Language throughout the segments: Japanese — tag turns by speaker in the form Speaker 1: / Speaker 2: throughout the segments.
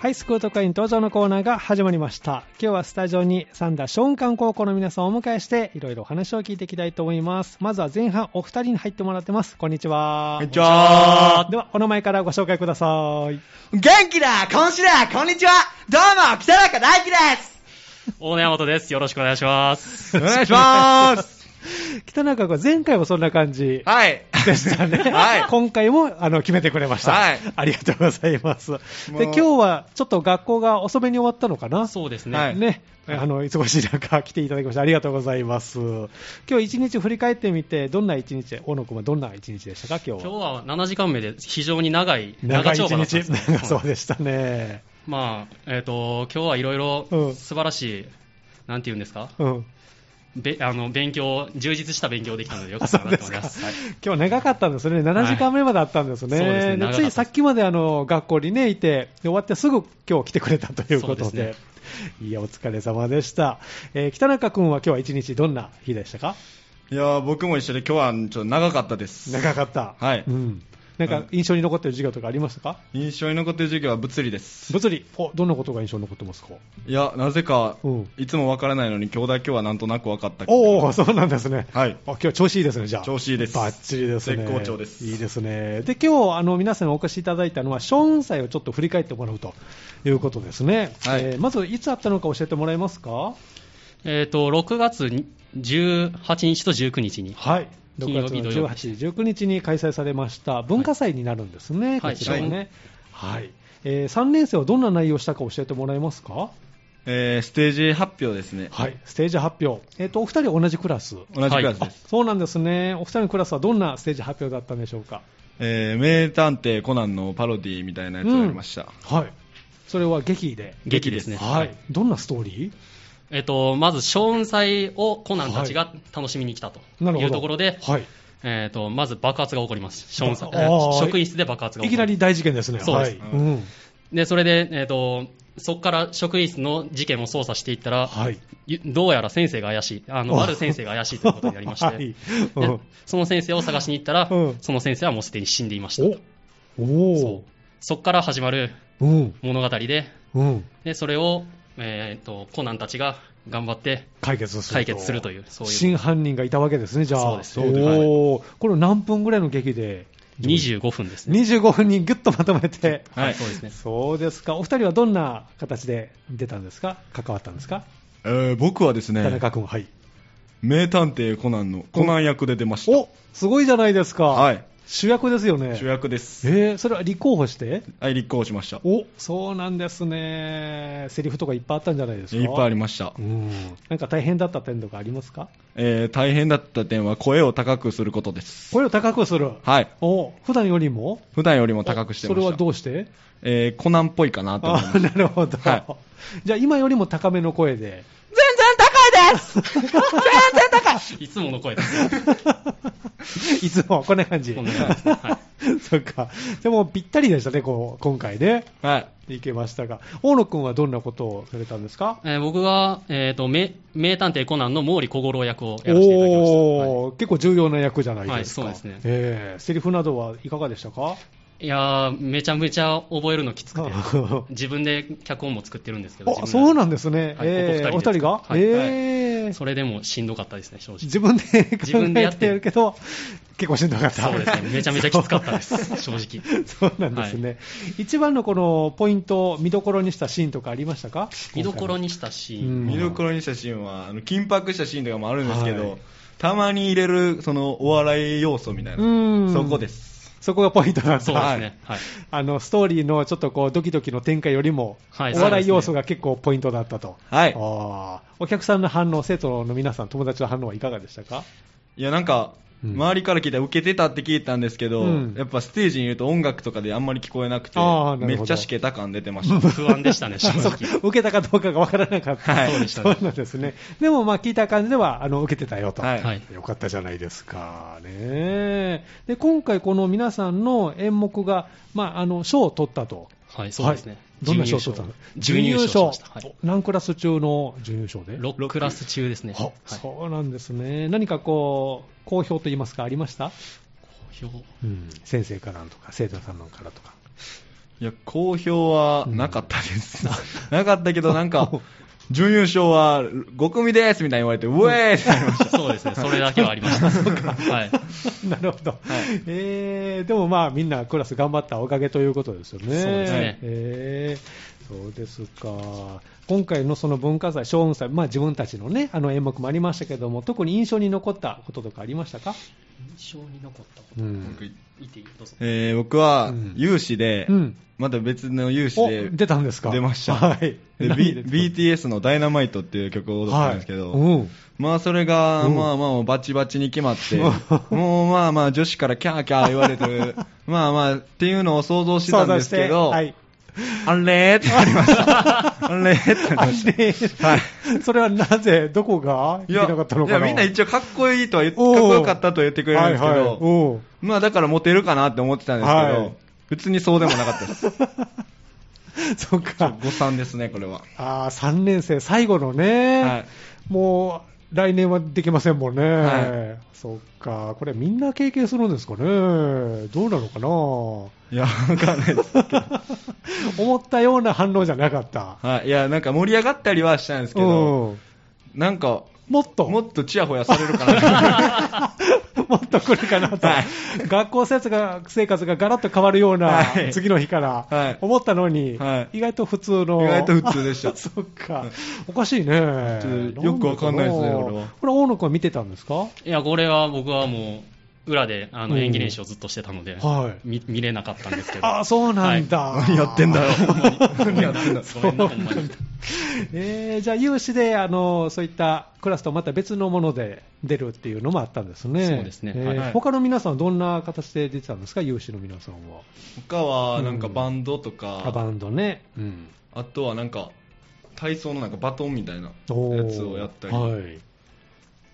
Speaker 1: はい、スクート会員登場のコーナーが始まりました。今日はスタジオに三田松漢高校の皆さんをお迎えして、いろいろお話を聞いていきたいと思います。まずは前半お二人に入ってもらってます。こんにちは。
Speaker 2: こんにちは
Speaker 1: では、お名前からご紹介ください。
Speaker 2: 元気だ今週だこんにちはどうも北中大輝です
Speaker 3: 大根山本です。よろしくお願いします。
Speaker 2: お願いし ます
Speaker 1: 北中君、前回もそんな感じ。
Speaker 2: はい。
Speaker 1: でしたね。
Speaker 2: はい
Speaker 1: 今回もあの決めてくれました。
Speaker 2: はい
Speaker 1: ありがとうございます。で、
Speaker 2: もう
Speaker 1: 今日はちょっと学校が遅めに終わったのかな
Speaker 3: そうです
Speaker 2: は
Speaker 3: ね。
Speaker 2: い
Speaker 1: ね、あの忙しい中、来ていただきまして、ありがとうございます。今日一日振り返ってみて、どんな一日、大野君はどんな一日でしたか、今
Speaker 3: 今
Speaker 1: 日
Speaker 3: 日
Speaker 1: は。
Speaker 3: は7時間目で非常に長い、
Speaker 1: 長い一
Speaker 3: 丁場だったん
Speaker 1: 日、
Speaker 3: ですね
Speaker 1: 長 そうでしたね。
Speaker 3: まあ、えっ、と、今日はいろい
Speaker 1: うん
Speaker 3: ろ素晴らしい、なんて言うんですか
Speaker 1: うん、
Speaker 3: べあの、勉強、充実した勉強できたのでよ
Speaker 1: あ
Speaker 3: く
Speaker 1: そ
Speaker 3: 伝
Speaker 1: うで
Speaker 3: わってお
Speaker 1: す
Speaker 3: りま
Speaker 1: か
Speaker 3: す。はい。
Speaker 1: 今日長かったんですね、7時間目まであったんですね、
Speaker 3: はいそうですね長かった
Speaker 1: つ
Speaker 3: で
Speaker 1: い
Speaker 3: す
Speaker 1: さっきまであの学校に、ね、いて、で終わってすぐ今日来てくれたということ
Speaker 3: そう
Speaker 1: で、
Speaker 3: です
Speaker 1: いや、お疲れ様でした、えー北中君は今日は一日、どんな日でしたか、
Speaker 2: いやー僕も一緒で今日はちょっと長かったです。
Speaker 1: 長かった、
Speaker 2: はい
Speaker 1: うん、なんか印象に残ってる授業とかありましたか、
Speaker 2: 印象に残ってる授業は物理です。
Speaker 1: 物理、おどんなことが印象に残ってますか
Speaker 2: いや、なぜか
Speaker 1: うん、
Speaker 2: いつもわからないのに今日だけはなんとなくわかった。
Speaker 1: おお、そうなんですね。
Speaker 2: はい
Speaker 1: あ今日調子いいですね、じゃあ。
Speaker 2: 調子いいです
Speaker 1: バッチリですね。
Speaker 2: 絶好調です
Speaker 1: いいですね。で、今日、あの、皆さんにお越しいただいたのは、小雲祭をちょっと振り返ってもらうということですね。
Speaker 2: はい
Speaker 1: えーまず、いつあったのか教えてもらえますか
Speaker 3: えっ、と、6月に18日と19日に、
Speaker 1: はい。
Speaker 3: 金
Speaker 1: 6
Speaker 3: 曜
Speaker 1: 月
Speaker 3: 日
Speaker 1: の
Speaker 3: 土曜日
Speaker 1: 18、19日に開催されました文化祭になるんですね、
Speaker 3: はい
Speaker 1: こちらはね。はい。
Speaker 3: はい
Speaker 1: え3年生はどんな内容をしたか教えてもらえますか
Speaker 2: えー、ステージ発表ですね。
Speaker 1: はい。ステージ発表。えっ、と、お二人同じクラス。
Speaker 2: 同じクラス
Speaker 3: は
Speaker 2: で
Speaker 3: い
Speaker 2: す。
Speaker 1: そうなんですね。お二人のクラスはどんなステージ発表だったんでしょうか
Speaker 2: えー、名探偵コナンのパロディみたいなやつをやりました。
Speaker 1: はい。それは劇で。
Speaker 3: 劇ですね。
Speaker 1: はい。どんなストーリ
Speaker 3: えっ、と、まず、小雲祭をコナンたちが楽しみに来たと
Speaker 1: ーなるほ
Speaker 3: い
Speaker 1: ど。
Speaker 3: うところで、
Speaker 1: はい。
Speaker 3: えっ、と、まず爆発が起こります。小雲祭、
Speaker 1: あー
Speaker 3: えー職員室で爆発が
Speaker 1: い
Speaker 3: 起
Speaker 1: き
Speaker 3: こりま
Speaker 1: な
Speaker 3: す
Speaker 1: り大事件ですね。
Speaker 3: そうです
Speaker 1: はい。
Speaker 2: う
Speaker 1: うん。
Speaker 3: で、それで、えっ、と、そこから職員室の事件を捜査していったら、
Speaker 1: はい。
Speaker 3: ゆどうやら先生が怪しい、あの、
Speaker 1: お
Speaker 3: ある先生が怪しいということになりまして、
Speaker 1: はいうん
Speaker 3: でその先生を探しに行ったら、
Speaker 1: うん
Speaker 3: その先生はもうすでに死んでいましたと。
Speaker 1: おお
Speaker 3: そうそこから始まる
Speaker 1: ー。うん。
Speaker 3: 物語で、
Speaker 1: うん。
Speaker 3: でそれを、えー、とコナンたちが頑張って
Speaker 1: 解決すると。
Speaker 3: 解決するという、そういう
Speaker 1: 真犯人がいたわけですね、じゃあ。
Speaker 3: そうです
Speaker 1: おおー。これ何分ぐらいの劇で
Speaker 3: 25分ですね。
Speaker 1: 25分にぐっとまとめて。
Speaker 2: はい
Speaker 3: そうですね。
Speaker 1: そうですか。お二人はどんな形で出たんですか関わったんですか
Speaker 2: えー、僕はです
Speaker 1: 田
Speaker 2: ね、
Speaker 1: 中君、はい。
Speaker 2: 名探偵コナンのコナン役で出ました
Speaker 1: お。すごいじゃないですか。
Speaker 2: はい。
Speaker 1: 主役ですよね。
Speaker 2: 主役です。
Speaker 1: えー、それは立候補して
Speaker 2: はい、立候補しました。
Speaker 1: おそうなんですね、セリフとかいっぱいあったんじゃないですか、
Speaker 2: いっぱいあり
Speaker 1: ま
Speaker 2: ました
Speaker 1: う。ん、なんか大変だった点とかありますか、
Speaker 2: えー大変だった点は声を高くすることです。
Speaker 1: 声を高くする、
Speaker 2: はい。
Speaker 1: お普段よりも
Speaker 2: 普段よりも高くしてま
Speaker 1: そ
Speaker 2: した。
Speaker 1: れはどうして
Speaker 2: えーコナンっぽいかなと思いま
Speaker 1: あ
Speaker 2: した。
Speaker 1: なるほど、
Speaker 2: はい
Speaker 1: じゃあ、今よりも高めの声で、
Speaker 3: いつもの声ですね。
Speaker 1: いつもこんな感じ、
Speaker 3: こんな感じですねは
Speaker 1: そっか、でもぴったりでしたね、こう今回ね、
Speaker 2: はい。
Speaker 1: いけましたが、大野君はどんなことをされたんですか
Speaker 3: えー僕が、えー、と名名探偵コナンの毛利小五郎役をやらせていただきました。はい
Speaker 1: おー結構重要な役じゃないですか、
Speaker 3: はいそうですね
Speaker 1: えーセリフなどはいかがでしたか、
Speaker 3: いやー、めちゃめちゃ覚えるのきつくて 自分で脚本も作ってるんですけど、
Speaker 1: あそうなんんですね、
Speaker 3: はい
Speaker 1: えー
Speaker 3: ここ
Speaker 1: お
Speaker 3: 二人
Speaker 1: 二
Speaker 3: で
Speaker 1: 人が、
Speaker 3: はい
Speaker 1: えー
Speaker 3: それでもしんどかったですね、正直。
Speaker 1: 自分で
Speaker 3: 自
Speaker 1: 考
Speaker 3: 分でや
Speaker 1: え
Speaker 3: って
Speaker 1: てるけど、結構しんどかった、
Speaker 3: そうですね、めちゃめちゃきつかったです、正直。
Speaker 1: そうなんですね、一番のこのポイント、見どころにしたシーンとかありましたか
Speaker 3: 見どころ
Speaker 1: に
Speaker 3: にしたし、
Speaker 1: うん
Speaker 2: 見どころにしたシーンは、あの緊迫したシーンとかもあるんですけど、
Speaker 1: はい
Speaker 2: たまに入れるそのお笑い要素みたい
Speaker 1: うん
Speaker 2: な、そこです。
Speaker 1: そこがポイントなんだ
Speaker 3: そうですね、はい。
Speaker 1: あのストーリーのちょっとこうドキドキの展開よりも、
Speaker 3: はい
Speaker 1: お笑い要素が結構ポイントだったと、
Speaker 2: はい
Speaker 1: あーお客さんの反応、生徒の皆さん、友達の反応はいかがでしたか
Speaker 2: いや、なんか、
Speaker 1: うん
Speaker 2: 周りから聞いたら受けてたって聞いたんですけど、
Speaker 1: うん
Speaker 2: やっぱステージにいると音楽とかであんまり聞こえなくて、
Speaker 1: あーな
Speaker 2: め
Speaker 1: るほど
Speaker 2: っちゃしけた感出て ました。
Speaker 3: 不安でしたね、正
Speaker 1: そう
Speaker 3: 直。
Speaker 1: 受けたかどうかが分からなかった、
Speaker 2: はいそう
Speaker 3: でしたね
Speaker 1: そうなんですね、でもまあ聞いた感じでは、あの受けてたよと、
Speaker 2: はい
Speaker 3: はい。
Speaker 1: よかったじゃないですかね。で、今回、この皆さんの演目が、まあ、あの賞を取ったと。
Speaker 3: はい、そうですね
Speaker 1: はい。どんな賞を取ったの
Speaker 3: 準優勝準優勝しました。はい
Speaker 1: お何クラス中の準優勝で
Speaker 3: 6クラス中ですね。
Speaker 1: は
Speaker 3: はい
Speaker 1: そうなんですね。何かこう、好評といいますか、ありました、
Speaker 3: 好評
Speaker 1: 先生からとか、生徒さんからとか。
Speaker 2: いや、好評はなかったです。 なかったけど、な んか、準優勝は5組ですみたいに言われて、ウェーってなりました。
Speaker 3: そうですね、それだけはあり ました。はい。
Speaker 1: なるほど、えーでもまあみんなクラス頑張ったおかげということですよね。
Speaker 3: そうですね
Speaker 1: えーそうですか今回のその文化祭、小雲祭、まあ、自分たちの,、ね、あの演目もありましたけども、特に印象に残ったこととかありましたか、
Speaker 3: 印象に残ったこ
Speaker 1: うん
Speaker 3: と、いていいどうぞ。
Speaker 2: えー僕は
Speaker 1: うん
Speaker 2: 有志で、
Speaker 1: うん
Speaker 2: また別の有志
Speaker 1: お
Speaker 2: で
Speaker 1: 出たんですか
Speaker 2: 出ました、
Speaker 1: はい、
Speaker 2: で B- BTS の「ダイナマイトっていう曲を踊ったんですけど、
Speaker 1: はいうん
Speaker 2: まあそれが、
Speaker 1: うん
Speaker 2: まあまあバチバチに決まって、
Speaker 1: うん
Speaker 2: もうまあまあ女子からキャーキャー言われてる、 まあまあっていうのを想像してたんですけ
Speaker 1: 想像して
Speaker 2: ど、
Speaker 1: はい
Speaker 2: あれーってなりました。あれーってなりました。はい。
Speaker 1: それはなぜ、どこがいけなかったの
Speaker 2: い
Speaker 1: かな
Speaker 2: やみんな一応かっこいいとは言っかっ
Speaker 1: おう
Speaker 2: こよかったとは言ってくれるんですけど、
Speaker 1: はいはいおう
Speaker 2: まあだからモテるかなって思ってたんですけど、
Speaker 1: はい
Speaker 2: 普通にそうでもなかったです。
Speaker 1: そうか、
Speaker 2: 誤算ですね、これは。
Speaker 1: あ3年生最後のね、
Speaker 2: はい
Speaker 1: もう来年はできませんもんね、
Speaker 2: は
Speaker 1: そっか、これ、みんな経験するんですかね、どうなの かな、
Speaker 2: いや、わかんないですけど。
Speaker 1: 思ったような反応じゃなかった、
Speaker 2: はい。いや、なんか盛り上がったりはしたんですけ
Speaker 1: う
Speaker 2: ど
Speaker 1: ん、
Speaker 2: なんか、
Speaker 1: もっと、
Speaker 2: もっとチヤホヤされるか な。
Speaker 1: もっと来るかなと、
Speaker 2: はい
Speaker 1: 学校生活が生活がガラッと変わるような
Speaker 2: はい
Speaker 1: 次の日から、
Speaker 2: はい
Speaker 1: 思ったのに、
Speaker 2: はい
Speaker 1: 意外と普通の、
Speaker 2: 意外と普通でし た
Speaker 1: そっか、おかしいね
Speaker 2: ちょっ、とよくわかんないですね
Speaker 1: なんだ
Speaker 2: 俺は
Speaker 1: ろうこれ、大野君は見てたんですか
Speaker 3: いや、これは僕はもう、裏であ
Speaker 1: う
Speaker 3: の
Speaker 1: ん
Speaker 3: 演技練習をずっとしてたので、
Speaker 1: はい
Speaker 3: み見れなかったんですけど。
Speaker 1: あそうなんだ、
Speaker 2: 何 やってんだよ。何やってんだ。
Speaker 3: ごめんな、ほんまに。
Speaker 1: えーじゃあ、有志であのそういったクラスとまた別のもので出るっていうのもあったんですね、
Speaker 3: そうですね
Speaker 1: え
Speaker 3: はい
Speaker 2: はい
Speaker 1: 他の皆さんはどんな形で出てたんですか、有志の皆さんは。
Speaker 2: 他は、なんかバンドと
Speaker 1: あ
Speaker 2: か、
Speaker 1: バンドね、うん、
Speaker 2: あとはなんか、体操のなんかバトンみたいなや
Speaker 1: おー
Speaker 2: つをやったり
Speaker 1: はい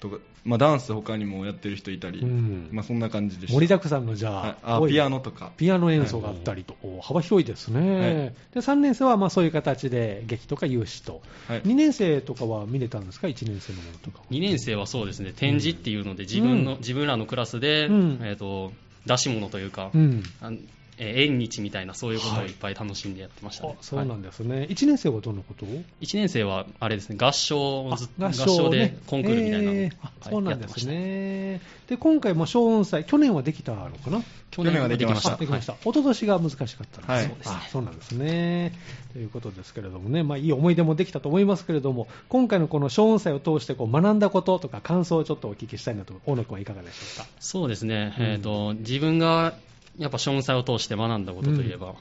Speaker 2: とか、まあダンス他にもやってる人いたり、
Speaker 1: うん
Speaker 2: まあそんな感じでした。
Speaker 1: 盛りだくさんのじゃあ,、
Speaker 2: はいあ
Speaker 1: 多い
Speaker 2: ピアノとか。
Speaker 1: ピアノ演奏があったりと、お幅広いですね、で3年生はまあそういう形で劇とか有志と、
Speaker 2: はい
Speaker 1: 2年生とかは見れたんですか、1年生のものとかは。
Speaker 3: 2年生はそうですね、展示っていうので、自分の、
Speaker 1: うん
Speaker 3: 自分らのクラスで、
Speaker 1: うん
Speaker 3: えー、と出し物というか、
Speaker 1: うん
Speaker 3: あんえー縁日みたいな、そういうことをいっぱい楽しんでやってましたね。
Speaker 1: あそうなん
Speaker 3: は
Speaker 1: ですね、1年生はどんなことを
Speaker 3: い、1年生は、あれですね、合唱をずっと
Speaker 1: あ
Speaker 3: 合
Speaker 1: 合唱
Speaker 3: 唱で
Speaker 1: ね
Speaker 3: コンクールみたいなのを、
Speaker 1: えーあ
Speaker 3: はい
Speaker 1: そうな
Speaker 3: や
Speaker 1: ん
Speaker 3: って
Speaker 1: で
Speaker 3: まし
Speaker 1: す
Speaker 3: た
Speaker 1: ね。で、今回も小音祭、去年はできたのかな
Speaker 3: 去年はできまし
Speaker 1: あ
Speaker 3: た。
Speaker 1: できました。一昨年が難しかったんです、
Speaker 2: はい
Speaker 3: そうですね
Speaker 1: あそうなんですね。ということですけれどもね、まあ、いい思い出もできたと思いますけれども、今回のこの小音祭を通してこう学んだこととか感想をちょっとお聞きしたいなと、大野君はいかがでしょうか。
Speaker 3: そうですね、
Speaker 1: うん
Speaker 3: えーと、自分がやっぱ、詳細を通して学んだことといえば、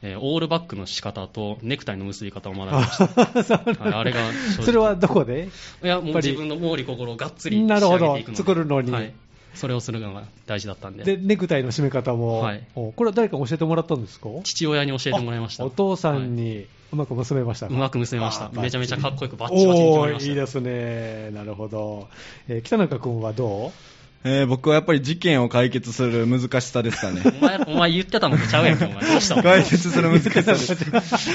Speaker 3: えーオールバックの仕方とネクタイの結び方を学びました。はいあれが正直
Speaker 1: それはどこで
Speaker 3: いや、も う
Speaker 1: やっぱり
Speaker 3: 自分の毛利心をがっつり仕
Speaker 1: なるほ
Speaker 3: 上げ
Speaker 1: ど
Speaker 3: ていくので
Speaker 1: 作るのに
Speaker 3: はい、それをするのが大事だったんで。
Speaker 1: で、ネクタイの締め方も、
Speaker 3: はい
Speaker 1: おこれは誰か教えてもらったんですか
Speaker 3: 父親に教えてもらいました。
Speaker 1: あお父さん
Speaker 3: は
Speaker 1: にうまく結べました
Speaker 3: い
Speaker 1: か、
Speaker 3: うまく結べました。
Speaker 1: あ
Speaker 3: めちゃめちゃかっこよくバッチバチに決まりまし
Speaker 1: おー
Speaker 3: た。
Speaker 1: いいですね、なるほど、えー北中君はど
Speaker 2: えー僕はやっぱり事件を解決する難しさですかね。
Speaker 3: お前、お前言ってたのとちゃうやんけ、お前。どうしたの
Speaker 2: 解決する難しさです。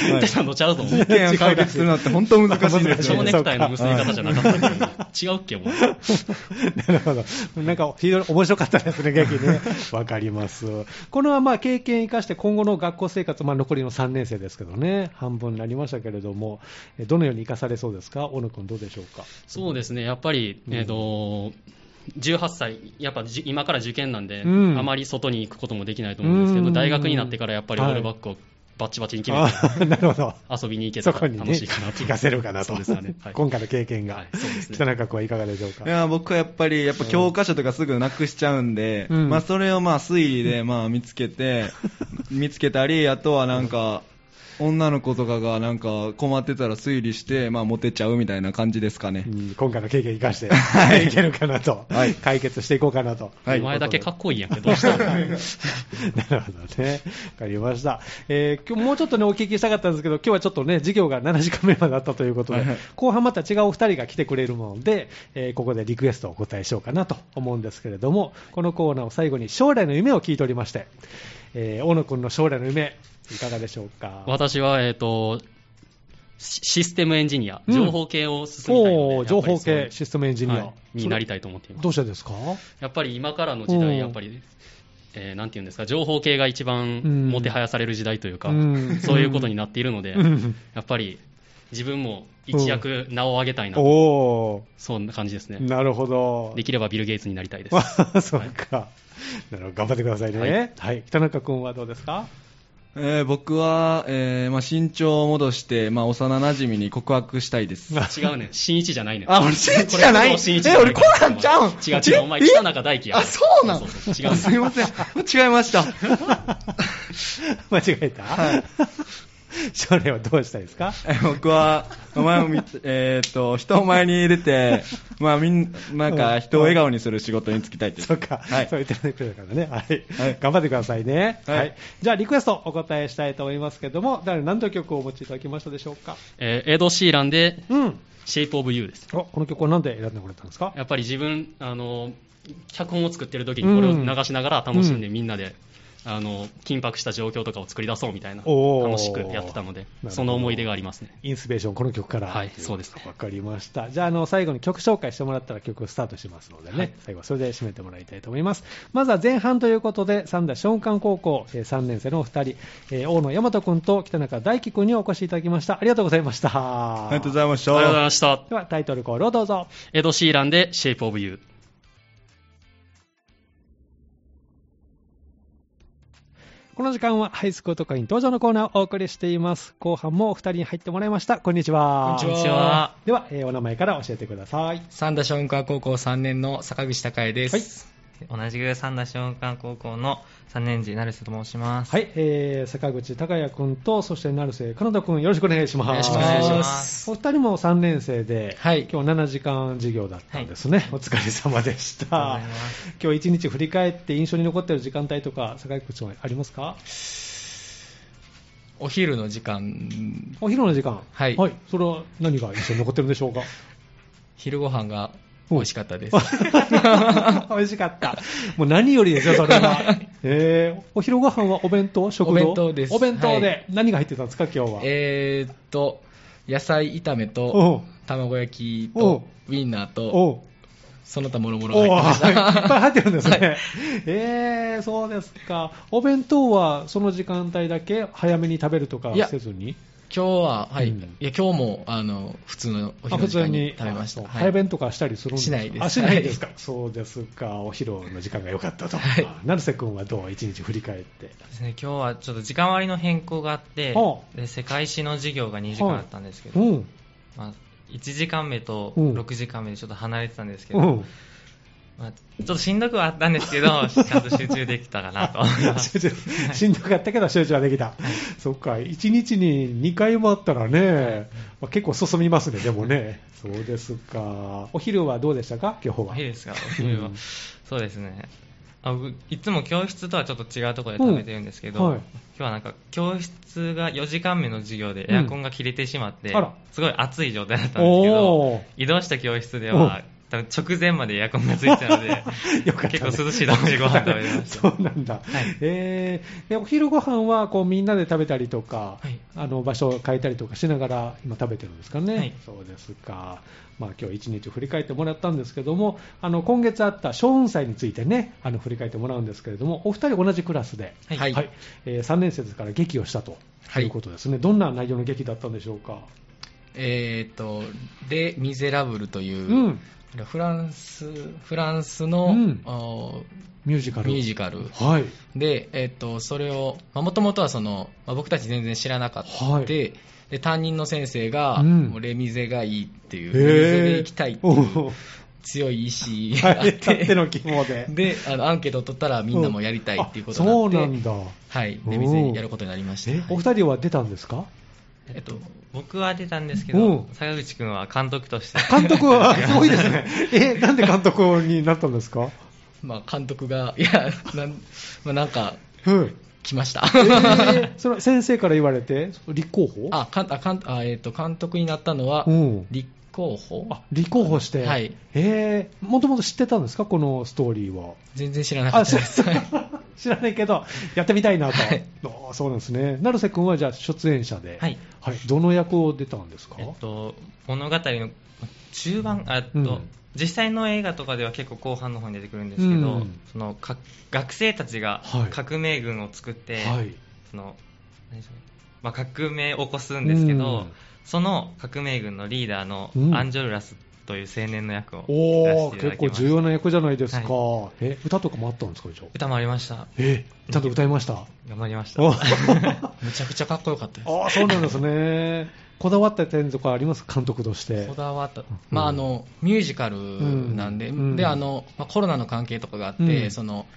Speaker 3: 言ってたのとちゃうぞ、お前
Speaker 2: 事件を解決するのって本当難しいんです
Speaker 3: 蝶
Speaker 2: よ
Speaker 3: ネ
Speaker 2: ね。
Speaker 3: クタイの結び方じゃなかったっけ違うっけ、お前。
Speaker 1: う なるほど、なんか非常に面白かったですね、劇ね、わかります、このまあ経験生かして、今後の学校生活、まあ、残りの3年生ですけどね、半分になりましたけれども、えーどのように生かされそうですか、小野君、どうでしょうか。
Speaker 3: そうですね、やっぱり、えーと、18歳、やっぱじ今から受験なんで、
Speaker 1: うん
Speaker 3: あまり外に行くこともできないと思うんですけ
Speaker 1: う
Speaker 3: ど、
Speaker 1: ん
Speaker 3: 大学になってからやっぱりオールバックをバッチバチに決めて、
Speaker 1: あなるほど
Speaker 3: 遊びに行け
Speaker 1: そ
Speaker 3: たら
Speaker 1: こにね、
Speaker 3: 楽しいかなと。
Speaker 1: 聞かせるかなと、
Speaker 3: そうですよね。はい
Speaker 1: 今回の経験が、
Speaker 3: はいそうですね
Speaker 1: 北中君はいかがでしょうか
Speaker 2: い。や僕はやっぱりやっぱ教科書とかすぐなくしちゃうんで、
Speaker 1: うん
Speaker 2: まあ、それをまあ推理でまあ見つけて 見つけたりあとはなんか女の子とかがなんか困ってたら推理してまあモテちゃうみたいな感じですかね、
Speaker 1: うん今回の経験生かして、いけるかなと、
Speaker 2: はい
Speaker 1: 解決していこうかなと。
Speaker 2: はい
Speaker 3: お前だけかっこいいやんけ、どうしたの
Speaker 1: なるほどね。わかりました。えー今日もうちょっとね、お聞きしたかったんですけど、今日はちょっとね、授業が7時間目まであったということで、
Speaker 2: はいはい
Speaker 1: 後半また違うお二人が来てくれるので、えーここでリクエストをお答えしようかなと思うんですけれども、このコーナーを最後に将来の夢を聞いておりまして、えー大野くんの将来の夢、いかがでしょうか。
Speaker 3: 私は、えっ、と、シシステムエンジニア、
Speaker 1: うん
Speaker 3: 情報系を進みたいので、
Speaker 1: おー情報系、シ
Speaker 3: ス
Speaker 1: ステムエンジニア、
Speaker 3: になりたいと思っています
Speaker 1: どう。してですか
Speaker 3: やっぱり今からの時
Speaker 1: うん
Speaker 3: 代、やっぱり、えーなんていうんですか、情報系が一
Speaker 1: うん
Speaker 3: 番もてはやされる時代というか、
Speaker 1: うん
Speaker 3: そういうことになっているので、
Speaker 1: うん
Speaker 3: やっぱり自分も一躍名を上げたいな、
Speaker 1: お
Speaker 3: そんな感じですね
Speaker 1: ー、。なるほど。
Speaker 3: できればビル・ゲイツになりたいです。
Speaker 1: あ そうか。なるほど、頑張ってください
Speaker 3: は
Speaker 1: ね。はい。北中君はどうですか
Speaker 2: えー僕は、えーまあ、身長を戻して、まあ、幼馴染に告白したいです。
Speaker 3: 違うねん、新一じゃないねん。
Speaker 4: あ、俺、新一じゃない
Speaker 3: これ新一じゃ
Speaker 4: え、
Speaker 3: ない
Speaker 4: 俺、コナンちゃうん
Speaker 3: 違う違う、お前、北中大輝や。
Speaker 4: あ、そうなの
Speaker 3: そうそうそう違うねん
Speaker 4: すいません。違いました。
Speaker 1: 間違えた、
Speaker 2: はい
Speaker 1: 将来はどうしたいですか
Speaker 2: えー僕は、お前も見て、えーっと、人を前に出て、まあ、みん、なんか、人を笑顔にする仕事に就きたいです。
Speaker 1: そうか、
Speaker 2: はい
Speaker 1: そう言ってくれたからね、はい
Speaker 2: はい
Speaker 1: 頑張ってくださいね、は
Speaker 2: はいい
Speaker 1: じゃあリクエストお答えしたいと思いますけども、誰何の曲をお持ちいただきましたでしょうか、
Speaker 3: えーエド・シーランで、
Speaker 1: うん、
Speaker 3: シェイプ・オブ・ユーです。
Speaker 1: おこの曲はなんで選んでくれたんですか、
Speaker 3: やっぱり自分、あの、脚本を作ってる時にこれを流しながら楽しんで
Speaker 1: う
Speaker 3: みんなで、あの、緊迫した状況とかを作り出そうみたいな、
Speaker 1: おー
Speaker 3: 楽しくやってたので
Speaker 1: ほ、ど
Speaker 3: その思い出がありますね。
Speaker 1: インスピレーション、この曲から、
Speaker 3: はいそうですね
Speaker 1: わかりました、じゃああの、最後に曲紹介してもらったら曲スタートしますのでね、
Speaker 3: はい
Speaker 1: 最後、それで締めてもらいたいと思います、まずは前半ということで、三田松漢高校3年生のお二人、えー大野大和君と北中大輝君にお越しいただきました、ありがとうございました。
Speaker 2: ありがとうございまし
Speaker 3: ありがとうござい
Speaker 2: た。
Speaker 3: ました。
Speaker 1: ではタイトルコールをどうぞ。
Speaker 3: エド・シーランで、シェイプ・オブ・ユー。
Speaker 1: この時間はハイスクール特化員登場のコーナーをお送りしています。後半もお二人に入ってもらいました。こんにちは。
Speaker 5: こんにちは。
Speaker 1: では、えーお名前から教えてください。
Speaker 5: 三田松下高校3年の坂口孝恵です。
Speaker 6: 同じく三田松漢高校の3年次成瀬と申します。
Speaker 1: はい、えー坂口孝也君と、そして成瀬かなた君、よろしくお願いします。
Speaker 5: お願
Speaker 6: お願
Speaker 5: いし
Speaker 6: いし
Speaker 5: ま。
Speaker 6: ますす
Speaker 1: お二人も3年生で、
Speaker 5: はい
Speaker 1: 今日7時間授業だったんですね、お疲れ様でした
Speaker 6: ありがとうございま、
Speaker 1: 今日1日振り返って印象に残っている時間帯とか、坂口君、ありますか
Speaker 5: お昼の時間、
Speaker 1: お昼の時間、
Speaker 5: はい
Speaker 1: それは何が印象に残ってるんでし ょうか。
Speaker 5: 昼ご飯が美味しかったです。
Speaker 1: 美味しかった。もう何よりですよ、それは。えー、お昼ご飯はお弁当食堂
Speaker 5: お弁当です
Speaker 1: お弁当で、
Speaker 5: はい
Speaker 1: 何が入ってたんですか、今日は。
Speaker 5: えーっと、野菜炒め
Speaker 1: おう
Speaker 5: と、卵焼き
Speaker 1: おう
Speaker 5: と、ウインナーと、
Speaker 1: おう
Speaker 5: その他もろもろ
Speaker 1: おういっ
Speaker 5: 入ってまし
Speaker 1: ぱい
Speaker 5: た。
Speaker 1: 入ってるんですね。
Speaker 5: は
Speaker 1: えー、そうですか。お弁当はその時間帯だけ早めに食べるとか
Speaker 5: いや
Speaker 1: せずに
Speaker 5: 今日は、はい。
Speaker 1: うん
Speaker 5: いや、今日も、あの、普通のお
Speaker 1: あ普
Speaker 5: 昼の時
Speaker 1: 通
Speaker 5: 間
Speaker 1: に
Speaker 5: に食べました。
Speaker 1: あそう
Speaker 5: はい
Speaker 1: 早弁とかしたりするんですか
Speaker 5: しないです
Speaker 1: あ、しないですか。そうですか。お昼の時間が良かったと。
Speaker 5: はい
Speaker 1: 成瀬君はどう一日振り返って。
Speaker 6: ですね、今日はちょっと時間割の変更があって
Speaker 1: ほ、
Speaker 6: で世界史の授業が2時間あったんですけど、
Speaker 1: うん。
Speaker 6: まあ、1時間目と
Speaker 1: うん
Speaker 6: 6時間目でちょっと離れてたんですけど、
Speaker 1: うん。
Speaker 6: まあ、ちょっとしんどくはあったんですけど、ちゃんと集中できたかな と思います。
Speaker 1: 集中 しんどかったけど集中はできた、そっか、1日に2回もあったらね、まあ、結構進みますね、でもね、そうですか、お昼はどうでしたか、今日は。
Speaker 6: いいですか、お昼は
Speaker 1: うん
Speaker 6: そうですね。あ僕いつも教室とはちょっと違うところで食べてるんですけど、
Speaker 1: うんはい
Speaker 6: 今日はなんか教室が4時間目の授業でエアコンが切れてしまって、
Speaker 1: うんあら
Speaker 6: すごい暑い状態だったんですけ
Speaker 1: おー、
Speaker 6: ど、移動した教室では、多分直前までエアコンがついてたので
Speaker 1: よかったね
Speaker 6: 結構涼しいところでご飯食べれました。
Speaker 1: そうなんだ、えーでお昼ご飯はこうみんなで食べたりとか、
Speaker 6: はい
Speaker 1: あの場所を変えたりとかしながら今食べてるんですかね、
Speaker 6: はい
Speaker 1: そうですか、まあ、今日一日振り返ってもらったんですけどもあの今月あった小雲祭についてねあの振り返ってもらうんですけれどもお二人同じクラスで、
Speaker 6: はい
Speaker 5: はい
Speaker 1: え3年生ですから劇をしたと
Speaker 5: はい
Speaker 1: いうことですね、どんな内容の劇だったんでしょうか。
Speaker 5: えーっと、レ・ミゼラブルという、
Speaker 1: うん
Speaker 5: フランス、フランスの、
Speaker 1: うん
Speaker 5: お
Speaker 1: ミュージカル
Speaker 5: ミュージカル
Speaker 1: はい
Speaker 5: で、えっと、それを、もともとはその、まあ僕たち全然知らなかった、
Speaker 1: はい
Speaker 5: でで担任の先生が、
Speaker 1: うん
Speaker 5: もうレミゼがいいってい
Speaker 1: へ
Speaker 5: う、
Speaker 1: ー
Speaker 5: レミゼで行きたいってい
Speaker 1: お
Speaker 5: う
Speaker 1: う
Speaker 5: 強い意志
Speaker 1: は
Speaker 5: があっ
Speaker 1: い、たって
Speaker 5: て、
Speaker 1: の希望 で。
Speaker 5: であのアンケートを取ったらみんなもやりたいっていうこと
Speaker 1: あ
Speaker 5: にな
Speaker 1: そう
Speaker 5: って、
Speaker 1: なんだ。
Speaker 5: はい、レミゼやることになりました。
Speaker 1: え
Speaker 5: は、い
Speaker 1: お二人は出たんですか
Speaker 5: えっと、
Speaker 6: 僕は出たんですけ
Speaker 1: う
Speaker 6: ど
Speaker 1: ん、
Speaker 6: 坂口くんは監督として。
Speaker 1: 監督 は、すごいですね。え、なんで監督になったんですか
Speaker 5: まあ、監督が、いや、なん,、まあ、なんか、
Speaker 1: うん。
Speaker 5: 来ました。
Speaker 1: えーその先生から言われて、立候補
Speaker 5: あ、かんあかんあえっと監督になったのは
Speaker 1: うん、
Speaker 5: 立候補、
Speaker 1: あ立候補して。
Speaker 5: はい
Speaker 1: えー、もともと知ってたんですかこのストーリーは。
Speaker 5: 全然知らなかったで
Speaker 1: う
Speaker 5: す。 はい
Speaker 1: 知らないけど、やってみたいなと。
Speaker 5: はい
Speaker 1: あーそうなんですね。成瀬君はじゃあ出演者で。
Speaker 6: はい。
Speaker 1: はい。どの役を出たんですか
Speaker 6: えっと、物語の中盤、あえっと、
Speaker 1: うん
Speaker 6: 実際の映画とかでは結構後半の方に出てくるんですけど、
Speaker 1: うん
Speaker 6: そのか学生たちが
Speaker 1: はい
Speaker 6: 革命軍を作って、
Speaker 1: はい。
Speaker 6: その何でしょうねまあ、革命を起こすんですけど、
Speaker 1: うん
Speaker 6: その革命軍のリーダーの
Speaker 1: うん
Speaker 6: アンジョルラスという青年の役をやら
Speaker 1: お
Speaker 6: せ
Speaker 1: お、
Speaker 6: ていただ
Speaker 1: 結
Speaker 6: き
Speaker 1: 構
Speaker 6: ました
Speaker 1: 重要な役じゃないですか。
Speaker 6: は
Speaker 1: え、歌とかもあったんですか、一応。
Speaker 6: 歌もありました
Speaker 1: え、ちゃんと歌いました。
Speaker 6: 頑張りました
Speaker 1: お
Speaker 5: むちゃくちゃかっこよかったです。
Speaker 1: ああ、そうなんですね。こだわった点とかあります監督として
Speaker 5: こ。だわった、まあ、あのミュージカルなんで,、
Speaker 1: うん
Speaker 5: であのまあ、コロナの関係とかがあって、
Speaker 1: うん
Speaker 5: その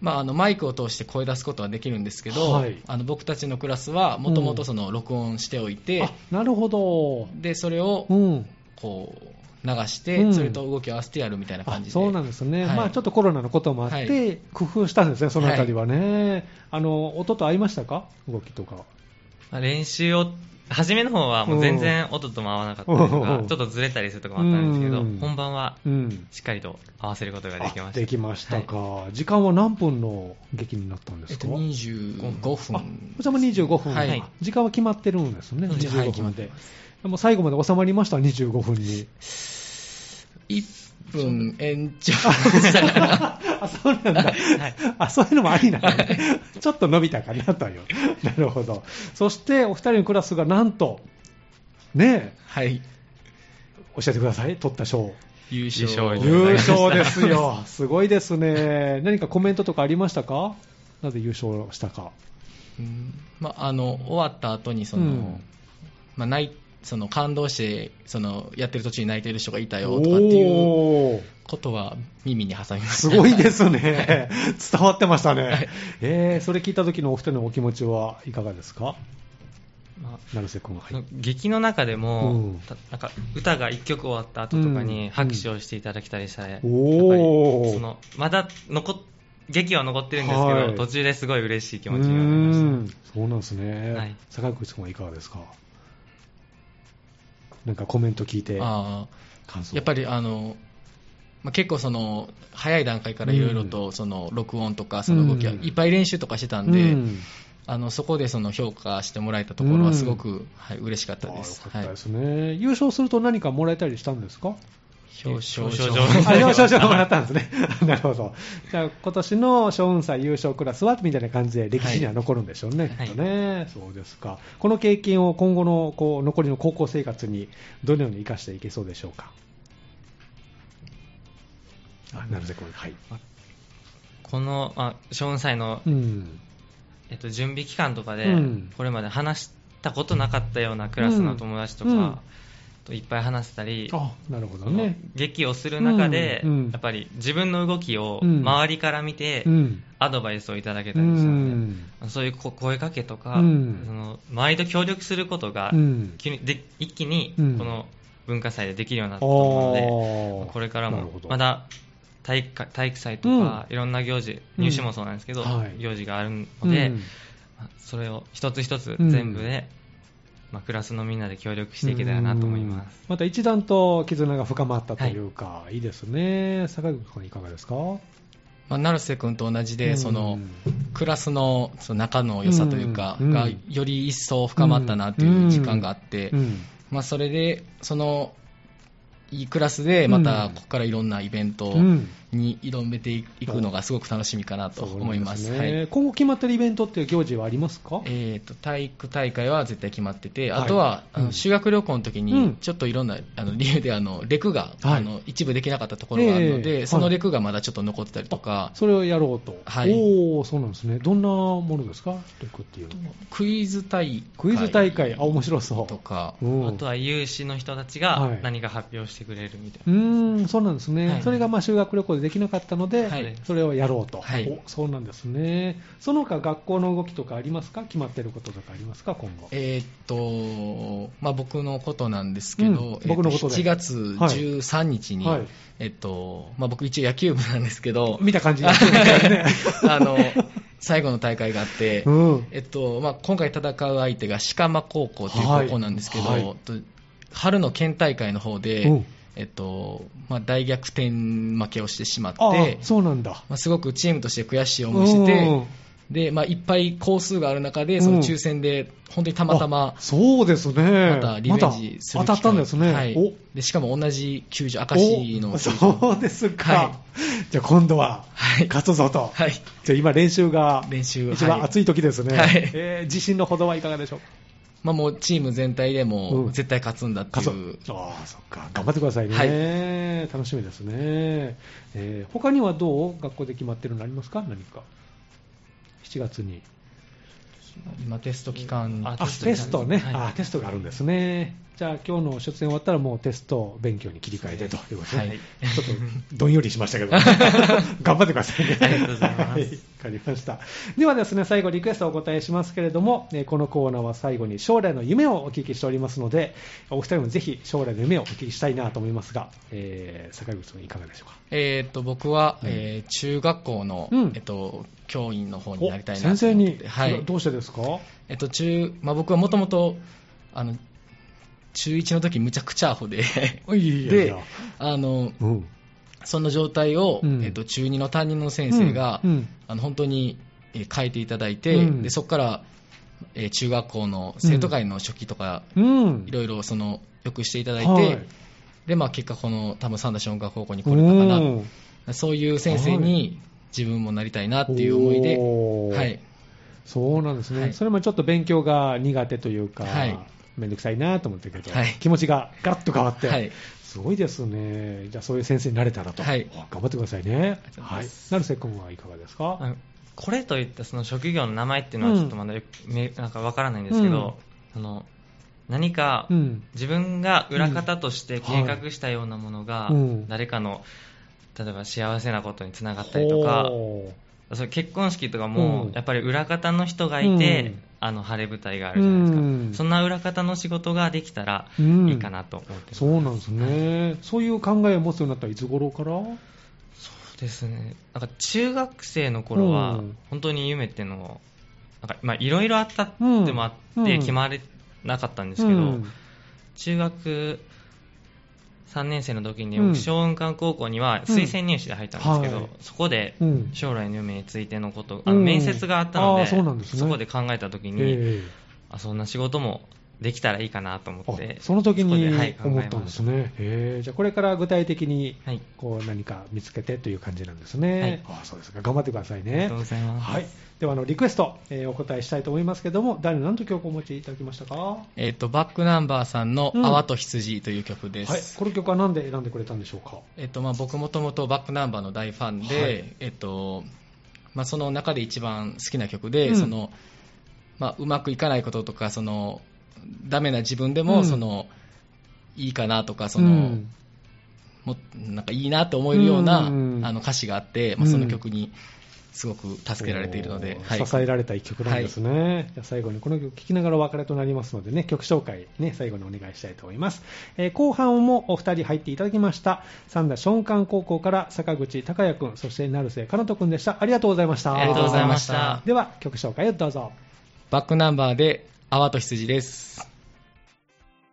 Speaker 5: まあ、あのマイクを通して声出すことはできるんですけど、
Speaker 1: はい
Speaker 5: あの僕たちのクラスはもともとその録音しておいて
Speaker 1: あ、、なるほど。
Speaker 5: でそれを
Speaker 1: うん。
Speaker 5: こう流して、
Speaker 1: うん
Speaker 5: それと動きを合わせてやるみたいな
Speaker 1: あ
Speaker 5: 感じで
Speaker 1: そうなんですね、
Speaker 5: はい
Speaker 1: まあ、ちょっとコロナのこともあって、
Speaker 5: はい
Speaker 1: 工夫したんですね、そのあたりはね、あの音と合いましたか、動きとか。
Speaker 6: まあ練習を初めの方はもう全然音とも合わなかったりとか
Speaker 1: うん
Speaker 6: ちょっとずれたりするとこもあったんですけど
Speaker 1: うん
Speaker 6: 本番は
Speaker 1: うん、
Speaker 6: しっかりと合わせることができま
Speaker 1: あ
Speaker 6: した
Speaker 1: できましたか、時間は何分の劇になったんで
Speaker 5: えっ
Speaker 1: す
Speaker 5: と、
Speaker 1: か、
Speaker 5: 25
Speaker 1: あ
Speaker 5: 分
Speaker 1: こちらも25分、
Speaker 5: はい
Speaker 1: 時間は決まってるんですね、
Speaker 5: そうですはい
Speaker 1: 25
Speaker 5: 決ま
Speaker 1: 分
Speaker 5: って
Speaker 1: で、でも最後まで収まりました、25分に。
Speaker 5: 1分延長したから
Speaker 1: あ、そうなんだ。あ、そういうのもありなのね、ちょっと伸びたかなという。なるほど。そして、お二人のクラスがなんと、ね
Speaker 5: はい
Speaker 1: え、教えてください、取った賞。
Speaker 5: 優勝
Speaker 1: 優勝 ですよ。すごいですね。何かコメントとかありましたかなぜ優勝したか。
Speaker 5: うんまあ、あの終わった後にその、
Speaker 1: うん
Speaker 5: まあ、ないその感動してそのやってる途中に泣いてる人がいたよとかっていう
Speaker 1: おー
Speaker 5: ことは耳に 挟みました
Speaker 1: すごいですね。 伝わってましたね。えー、それ聞いた時のお二人のお気持ちはいかがですか
Speaker 6: まあ
Speaker 1: 成瀬君は。はい
Speaker 6: 劇の中で
Speaker 1: うん
Speaker 6: もたなんか歌が1曲終わった後とか
Speaker 1: うん
Speaker 6: に拍手をしていただきたりしたらやっぱり
Speaker 1: おー
Speaker 6: そのまだ残っ劇は残ってるんですけ
Speaker 1: はい
Speaker 6: ど途中ですごい嬉しい気持ちになりました
Speaker 1: うーんそうなんですね、
Speaker 6: はい
Speaker 1: 坂口君はいかがですかなんかコメント聞いて
Speaker 5: あ
Speaker 1: 感想
Speaker 5: ーやっぱりあの、まあ、結構その早い段階からいろいろとその録音とかその動きは
Speaker 1: うん
Speaker 5: いっぱい練習とかしてたんで、あのそこでその評価してもらえたところはすごく、はい、嬉しかったです。
Speaker 1: あーよかった
Speaker 5: は
Speaker 1: で
Speaker 5: い
Speaker 1: すね、優勝すると何かもらえたりしたんですか
Speaker 5: 表彰
Speaker 6: 表
Speaker 5: 状
Speaker 6: 彰
Speaker 1: あ
Speaker 6: 状
Speaker 1: 表彰状もらったん ですねなるほどじゃあ今年の小雲祭優勝クラスはみたいな感じで歴史には残るんでしょうね、
Speaker 6: はい
Speaker 1: きっとね、そうですかこの経験を今後のこう残りの高校生活にどのように生かしていけそうでしょうかあなるほどはい、
Speaker 6: このまあショーン祭の
Speaker 1: うん
Speaker 6: えっと、準備期間とかで、
Speaker 1: うん
Speaker 6: これまで話したことなかったようなクラスの友達と
Speaker 1: うんうん
Speaker 6: かといっぱい話せたり、
Speaker 1: あなるほど
Speaker 6: その
Speaker 1: ね。
Speaker 6: 劇をする中で、
Speaker 1: うんうん
Speaker 6: やっぱり自分の動きを
Speaker 1: うん
Speaker 6: 周りから見て、
Speaker 1: うん。
Speaker 6: アドバイスをいただけ
Speaker 1: う
Speaker 6: たりしたので、
Speaker 1: ん。
Speaker 6: そういうこ声かけとか、
Speaker 1: うん
Speaker 6: その周りと協力することが、
Speaker 1: うん
Speaker 6: 急にで一気に
Speaker 1: う
Speaker 6: こ
Speaker 1: ん
Speaker 6: の文化祭でできるようになったと思うので、
Speaker 1: こ
Speaker 6: これから
Speaker 1: なる
Speaker 6: も
Speaker 1: ほど
Speaker 6: まだ体育か体育祭とか、いろんな行事、入試もそうなんですけど、
Speaker 1: はい
Speaker 6: 行事があるので、
Speaker 1: うん
Speaker 6: まあそれを一つ一つ全部で、まあ、クラスのみんなで協力していけたらなと思います。
Speaker 1: うんまた一段と絆が深まったというか、い、いですね。坂口君いかがですか
Speaker 5: まあ、成瀬君と同じで、その
Speaker 1: うん
Speaker 5: クラスのその仲の良さというか、
Speaker 1: うん
Speaker 5: がより一層深まったなという実感があって、
Speaker 1: うん
Speaker 5: まあ、それでそのいいクラスでまたここからいろんなイベント
Speaker 1: うん
Speaker 5: に挑めていくのがすごく楽しみかなと思います。
Speaker 1: そうで
Speaker 5: はい
Speaker 1: ね今後決まってるイベントっていう行事はありますか
Speaker 5: えー、と体育大会は絶対決まってて、
Speaker 1: はい
Speaker 5: あとは、あ
Speaker 1: うん
Speaker 5: の修学旅行の時
Speaker 1: うん
Speaker 5: に、ちょっといろんなあの理由であのレクが、
Speaker 1: はい
Speaker 5: あの一部できなかったところがあるの
Speaker 1: ええ
Speaker 5: で、
Speaker 1: はい
Speaker 5: そのレクがまだちょっと残ってたりとか、
Speaker 1: それをやろうと。
Speaker 5: はい
Speaker 1: おーそうなんですね。どんなものですかレクっていう。
Speaker 5: クイズ大会
Speaker 1: クイズ大会。あ、面白そう。
Speaker 5: とか、
Speaker 1: うん
Speaker 6: あとは有志の人たち
Speaker 1: は
Speaker 6: が
Speaker 1: い
Speaker 6: 何か発表してくれるみたいうな。
Speaker 1: ーん、そうなんですね。
Speaker 5: はい
Speaker 1: それがまあ修学旅行でできなかったので、
Speaker 5: はい
Speaker 1: それをやろうと、
Speaker 5: はい
Speaker 1: おそうなんですね。その他学校の動きとかありますか決まってることとかありますか今後。
Speaker 5: えーっとまあ、僕のことなんですけど、
Speaker 1: うん
Speaker 5: えー
Speaker 1: 僕のことで
Speaker 5: 7月13日に、
Speaker 1: はい
Speaker 5: えーっとまあ、僕、一応野球部なんですけど、
Speaker 1: 見た感じ。
Speaker 5: あの最後の大会があって、
Speaker 1: うん。
Speaker 5: えっとまあ、今回戦う相手が鹿間高校という高校なんですけど、
Speaker 1: はいはい
Speaker 5: と春の県大会の方で、
Speaker 1: うん
Speaker 5: えっとまあ、大逆転負けをしてしまっ
Speaker 1: ああ
Speaker 5: て、
Speaker 1: そうなんだ。
Speaker 5: まあ、すごくチームとして悔しい思いしてて、で、まあ、いっぱい工数がある中で、その抽選で、本当にたまた
Speaker 1: あ、
Speaker 5: ま
Speaker 1: そうですね。
Speaker 5: またリベンジする
Speaker 1: また当たったんですね。
Speaker 5: はい
Speaker 1: お
Speaker 5: でしかも同じ球場、明石の
Speaker 1: お
Speaker 5: 球場
Speaker 1: そうですか。
Speaker 5: は
Speaker 1: じゃあ今度は、
Speaker 5: はい
Speaker 1: 勝つぞと。
Speaker 5: はい
Speaker 1: じゃあ今練習が、
Speaker 5: 練習
Speaker 1: 一
Speaker 5: は
Speaker 1: 番
Speaker 5: い
Speaker 1: 暑い時ですね。
Speaker 5: はい
Speaker 1: えー自信のほどはいかがでしょうか
Speaker 5: まあ、もうチーム全体で
Speaker 1: う
Speaker 5: も
Speaker 1: ん
Speaker 5: 絶対勝つんだってい
Speaker 1: 勝
Speaker 5: う、
Speaker 1: つ。ああ、そっか。頑張ってくださいね。楽しみですね。えー他にはどう学校で決まってるのありますか何か。7月に。
Speaker 5: 今テスト期間
Speaker 6: あ
Speaker 1: あ、テストね。
Speaker 6: はい
Speaker 1: あ、テストがあるんですね。じゃあ今日の出演終わったらもうテスト勉強に切り替えてということで、
Speaker 5: はい
Speaker 1: ちょっとどんよりしましたけど、 頑張ってくださいね。
Speaker 6: ありがとうございます
Speaker 1: はい、わかりました。ではですね、最後リクエストをお答えしますけれども、えーこのコーナーは最後に将来の夢をお聞きしておりますので、お二人もぜひ将来の夢をお聞きしたいなと思いますが、えー、坂口さんいかがでしょうか。
Speaker 5: えーっと僕は、
Speaker 1: うん
Speaker 5: えー中学校の、
Speaker 1: うん
Speaker 5: えっと教員の方に
Speaker 1: お
Speaker 5: なりたい
Speaker 1: 先
Speaker 5: なと
Speaker 1: 生
Speaker 5: 思っ
Speaker 1: に
Speaker 5: て、はい
Speaker 1: どうしてですか
Speaker 5: えっと中まあ、僕はもともとあの中1の時むちゃくちゃアホで
Speaker 1: いやいやい
Speaker 5: で
Speaker 1: や。
Speaker 5: あの
Speaker 1: うん。
Speaker 5: その状態を、
Speaker 1: うん
Speaker 5: えっと中2の担任の先生が、
Speaker 1: うんうん
Speaker 5: あの本当にえー変えていただいて、
Speaker 1: うん
Speaker 5: でそこから、えー中学校の生徒会の初期とか、
Speaker 1: うん。
Speaker 5: いろいろそのよくしていただいて、
Speaker 1: はい
Speaker 5: でまあ、結果、この多分三田小学高校に来れたかな
Speaker 1: うん
Speaker 5: そういう先生に自分もなりたいなっていう思いで、
Speaker 1: おー
Speaker 5: はい、
Speaker 1: そうなんですね、
Speaker 5: はい
Speaker 1: それもちょっと勉強が苦手というか、
Speaker 5: はい
Speaker 1: めんどくさいなと思ったけど、
Speaker 5: はい
Speaker 1: 気持ちがガラッと変わって、
Speaker 5: はい
Speaker 1: すごいですね、じゃあそういう先生になれたらと、
Speaker 5: はい
Speaker 1: 頑張ってくださいね
Speaker 5: りがとう、ございます
Speaker 1: なるせ君はいかがですか、
Speaker 6: あのこれといったその職業の名前っていうのはちょっとまだよくめなんかわからないんですけど、あの何か
Speaker 1: うん
Speaker 6: 自分が裏方として計画したようなものが
Speaker 1: うん
Speaker 6: 誰かの例えば幸せなことにつながったりとか
Speaker 1: ほ
Speaker 6: それ結婚式とか
Speaker 1: う
Speaker 6: も
Speaker 1: ん
Speaker 6: やっぱり裏方の人がいて、
Speaker 1: うん
Speaker 6: あの晴れ舞台があるじゃないですか、
Speaker 1: うん
Speaker 6: そんな裏方の仕事ができたら
Speaker 1: う
Speaker 6: い
Speaker 1: ん
Speaker 6: いかなと思ってます、
Speaker 1: そ
Speaker 6: そう
Speaker 1: うなんですね、そういう考えを持つようになったらいつ頃から
Speaker 6: ですねなんか中学生の頃は
Speaker 1: うん
Speaker 6: 本当に夢っていうのをなんかまあいろいろあったって
Speaker 1: うん
Speaker 6: もあ
Speaker 1: う
Speaker 6: っ
Speaker 1: ん
Speaker 6: て決まれなかったんですけど、
Speaker 1: うん
Speaker 6: 中学3年生の時に
Speaker 1: うん
Speaker 6: 僕小雲館高校には推薦入試で入ったんですけど、
Speaker 1: うんはい
Speaker 6: そこで
Speaker 1: うん
Speaker 6: 将来の夢についてのこと、あ
Speaker 1: う
Speaker 6: の
Speaker 1: ん
Speaker 6: 面接があったの
Speaker 1: あ
Speaker 6: で
Speaker 1: ーそうなんですね
Speaker 6: そこで考えた時に、
Speaker 1: え
Speaker 6: あそんな仕事もできたらいいかなと思
Speaker 1: え
Speaker 6: って
Speaker 1: あその時に
Speaker 6: そこではい考え
Speaker 1: 思
Speaker 6: まし
Speaker 1: ったたんですね、ええじゃあこれから具体的に
Speaker 6: はい
Speaker 1: こう何か見つけてという感じなんですね、あそうですか頑張ってください
Speaker 6: あり
Speaker 1: ね
Speaker 6: がとう。ございます、
Speaker 1: はい、ではあのリクエスト、えーお答えしたいと思いますけども、誰の何と曲をお持ちいただきましたか、は
Speaker 5: えっとバックナンバーさんの
Speaker 1: うん
Speaker 5: 「泡と羊」という曲
Speaker 1: い
Speaker 5: で、す、
Speaker 1: この曲は何で選んでくれたんでしょうか。
Speaker 5: えっとまあ、僕もともとバックナンバーの大ファンで、
Speaker 1: はい
Speaker 5: えっとまあ、その中で一番好きな曲で、
Speaker 1: うん
Speaker 5: そのまあ、うまくいかないこととかそのダメな自分で
Speaker 1: う
Speaker 5: も
Speaker 1: ん
Speaker 5: その、いいかなとかその、
Speaker 1: うん
Speaker 5: もなんかいいなって思えるような、
Speaker 1: うん
Speaker 5: あの歌詞があって、まあ、その曲にすごく助けられているので、
Speaker 1: おー
Speaker 5: はい、
Speaker 1: 支えられた一曲なんですね、じゃあ最後にこの曲聴きながらお別れとなりますのでね曲紹介ね最後にお願いしたいと思います、えー後半もお二人入っていただきました三田松漢高校から坂口孝也君そして成瀬かなと君でしたありがとうございました
Speaker 6: ありがとうございました
Speaker 1: では曲紹介をどうぞ
Speaker 5: バックナンバーで「泡と羊」です